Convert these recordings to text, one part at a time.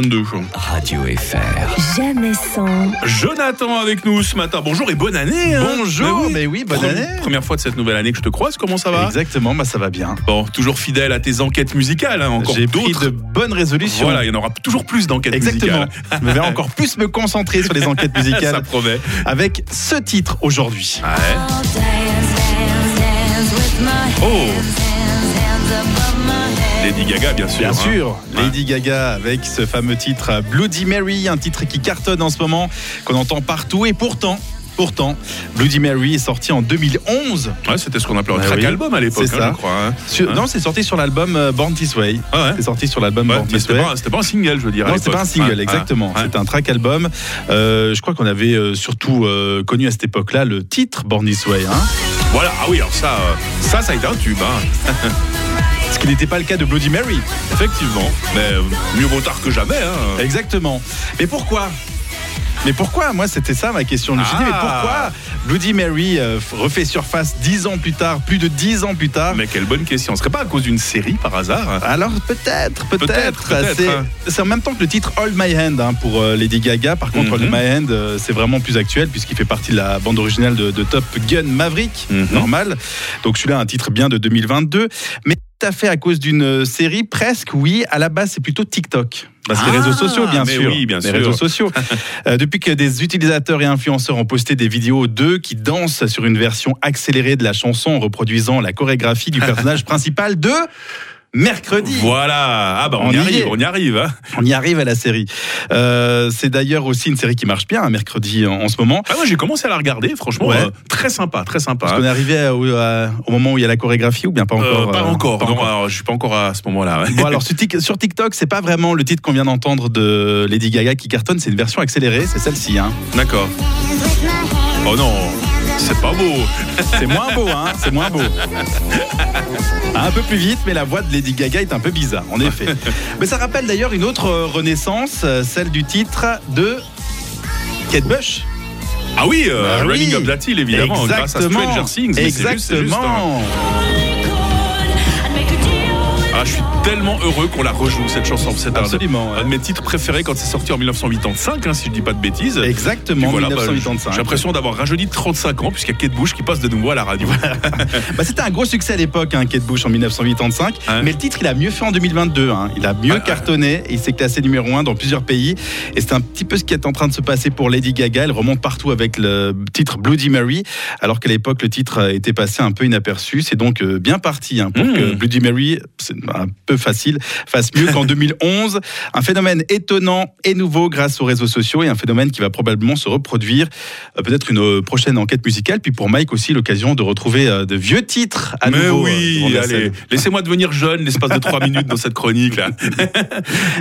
22. Radio FR. Jamais sans, Jonathan avec nous ce matin. Bonjour et bonne année. hein. Bonjour, Mais mais oui, bonne Pre- année. Première fois de cette nouvelle année que je te croise. Comment ça va Exactement, bah ça va bien. Bon, toujours fidèle à tes enquêtes musicales. hein, encore J'ai pris d'autres. de bonnes résolutions. Voilà, il y en aura toujours plus d'enquêtes Exactement. musicales. Je me vais encore plus me concentrer sur les enquêtes Ça Ah, musicales promet. avec ce titre aujourd'hui. Oh. Lady Gaga, bien sûr. Bien hein. sûr, Ouais. Lady Gaga avec ce fameux titre euh, Bloody Mary, un titre qui cartonne en ce moment, qu'on entend partout et pourtant, pourtant, Bloody Mary est sorti en 2011. Ouais, c'était ce qu'on appelait un Bah track oui. album à l'époque, C'est hein, ça. je crois. hein. Sur- Hein Non, c'est sorti sur l'album euh, Born This Way. Ah ouais. C'est sorti sur l'album Ouais, Born mais This c'était Way. pas, un- c'était pas un single, je veux dire. à Non, c'était l'époque. pas un single, Ouais, ouais, exactement. ouais. C'était un track album. Euh, je crois qu'on avait euh, surtout euh, connu à cette époque-là le titre Born This Way, hein. Voilà, ah oui, alors ça, euh, ça, ça a été un tube. hein. ce qui n'était pas le cas de Bloody Mary. Effectivement. Mais euh, mieux vaut tard que jamais. hein. Exactement. Mais pourquoi mais pourquoi Moi, c'était ça ma question. Je me suis dit, mais Ah. pourquoi Bloody Mary euh, f- refait surface dix ans plus tard, plus de dix ans plus tard Mais quelle bonne question. Ce serait pas à cause d'une série par hasard hein Alors peut-être, Peut-être, peut-être. peut-être, c'est hein. c'est en même temps que le titre Hold My Hand hein, pour euh, Lady Gaga. Par contre, Hold Mhm. My Hand, euh, c'est vraiment plus actuel puisqu'il fait partie de la bande originale de, de Top Gun Maverick, Mhm. normal. Donc celui-là, un titre bien de 2022. Mais tout à fait à cause d'une euh, série presque, oui. À la base, c'est plutôt TikTok. Parce que les Ah, réseaux sociaux, bien mais sûr. oui, bien les sûr. réseaux sociaux. Euh, depuis que des utilisateurs et influenceurs ont posté des vidéos d'eux qui dansent sur une version accélérée de la chanson en reproduisant la chorégraphie du personnage principal de Mercredi. Voilà. Ah bah on, On y, y arrive, est. on y arrive. hein. On y arrive à la série. Euh, c'est d'ailleurs aussi une série qui marche bien, hein, Mercredi, en, en ce moment. Ah moi j'ai commencé à la regarder, franchement, Ouais. euh, très sympa, très sympa. Parce hein. qu'on est arrivé à- au, à- au moment où il y a la chorégraphie ou bien pas Euh, encore pas euh, encore, non, alors, je suis pas encore à ce moment-là. ouais. Bon alors sur Tik- sur TikTok, c'est pas vraiment le titre qu'on vient d'entendre de Lady Gaga qui cartonne, c'est une version accélérée, c'est celle-ci. hein. D'accord. Oh non, c'est pas beau. C'est moins beau, hein C'est moins beau. Un peu plus vite, mais la voix de Lady Gaga est un peu bizarre, en effet. Mais ça rappelle d'ailleurs une autre euh, renaissance, euh, celle du titre de Kate Bush. Ah oui, euh, Bah oui. Running Up That Hill évidemment, grâce à Stranger Things. mais c'est Exactement. juste, c'est juste, hein. Ah, je suis tellement heureux qu'on la rejoue cette chanson. C'est un, Absolument, ouais. un de mes titres préférés quand c'est sorti en 1985, hein, si je dis pas de bêtises. Puis Exactement, voilà, bah, 1985. J'ai l'impression d'avoir rajeuni de 35 ans, puisqu'il y a Kate Bush qui passe de nouveau à la radio. Bah, c'était un gros succès à l'époque, hein, Kate Bush en 1985. Ouais. Mais le titre, il a mieux fait en 2022. hein. Il a mieux Ouais, cartonné. et Il s'est classé numéro un dans plusieurs pays. Et c'est un petit peu ce qui est en train de se passer pour Lady Gaga. Elle remonte partout avec le titre Bloody Mary, alors qu'à l'époque, le titre était passé un peu inaperçu. C'est donc euh, bien parti hein, pour Mmh. que Bloody Mary, c'est un peu facile, fasse mieux qu'en 2011. Un phénomène étonnant et nouveau grâce aux réseaux sociaux et un phénomène qui va probablement se reproduire. Euh, Peut-être une euh, prochaine enquête musicale. Puis pour Mike aussi, l'occasion de retrouver euh, de vieux titres à Mais nouveau, euh, devant oui, la allez, scène. laissez-moi devenir jeune l'espace de 3 minutes dans cette chronique là.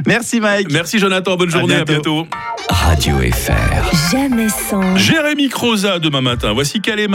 Merci Mike. Merci Jonathan, bonne À journée, à bientôt. bientôt. Radio FR. jamais sans. Jérémy Croza demain matin. Voici Calais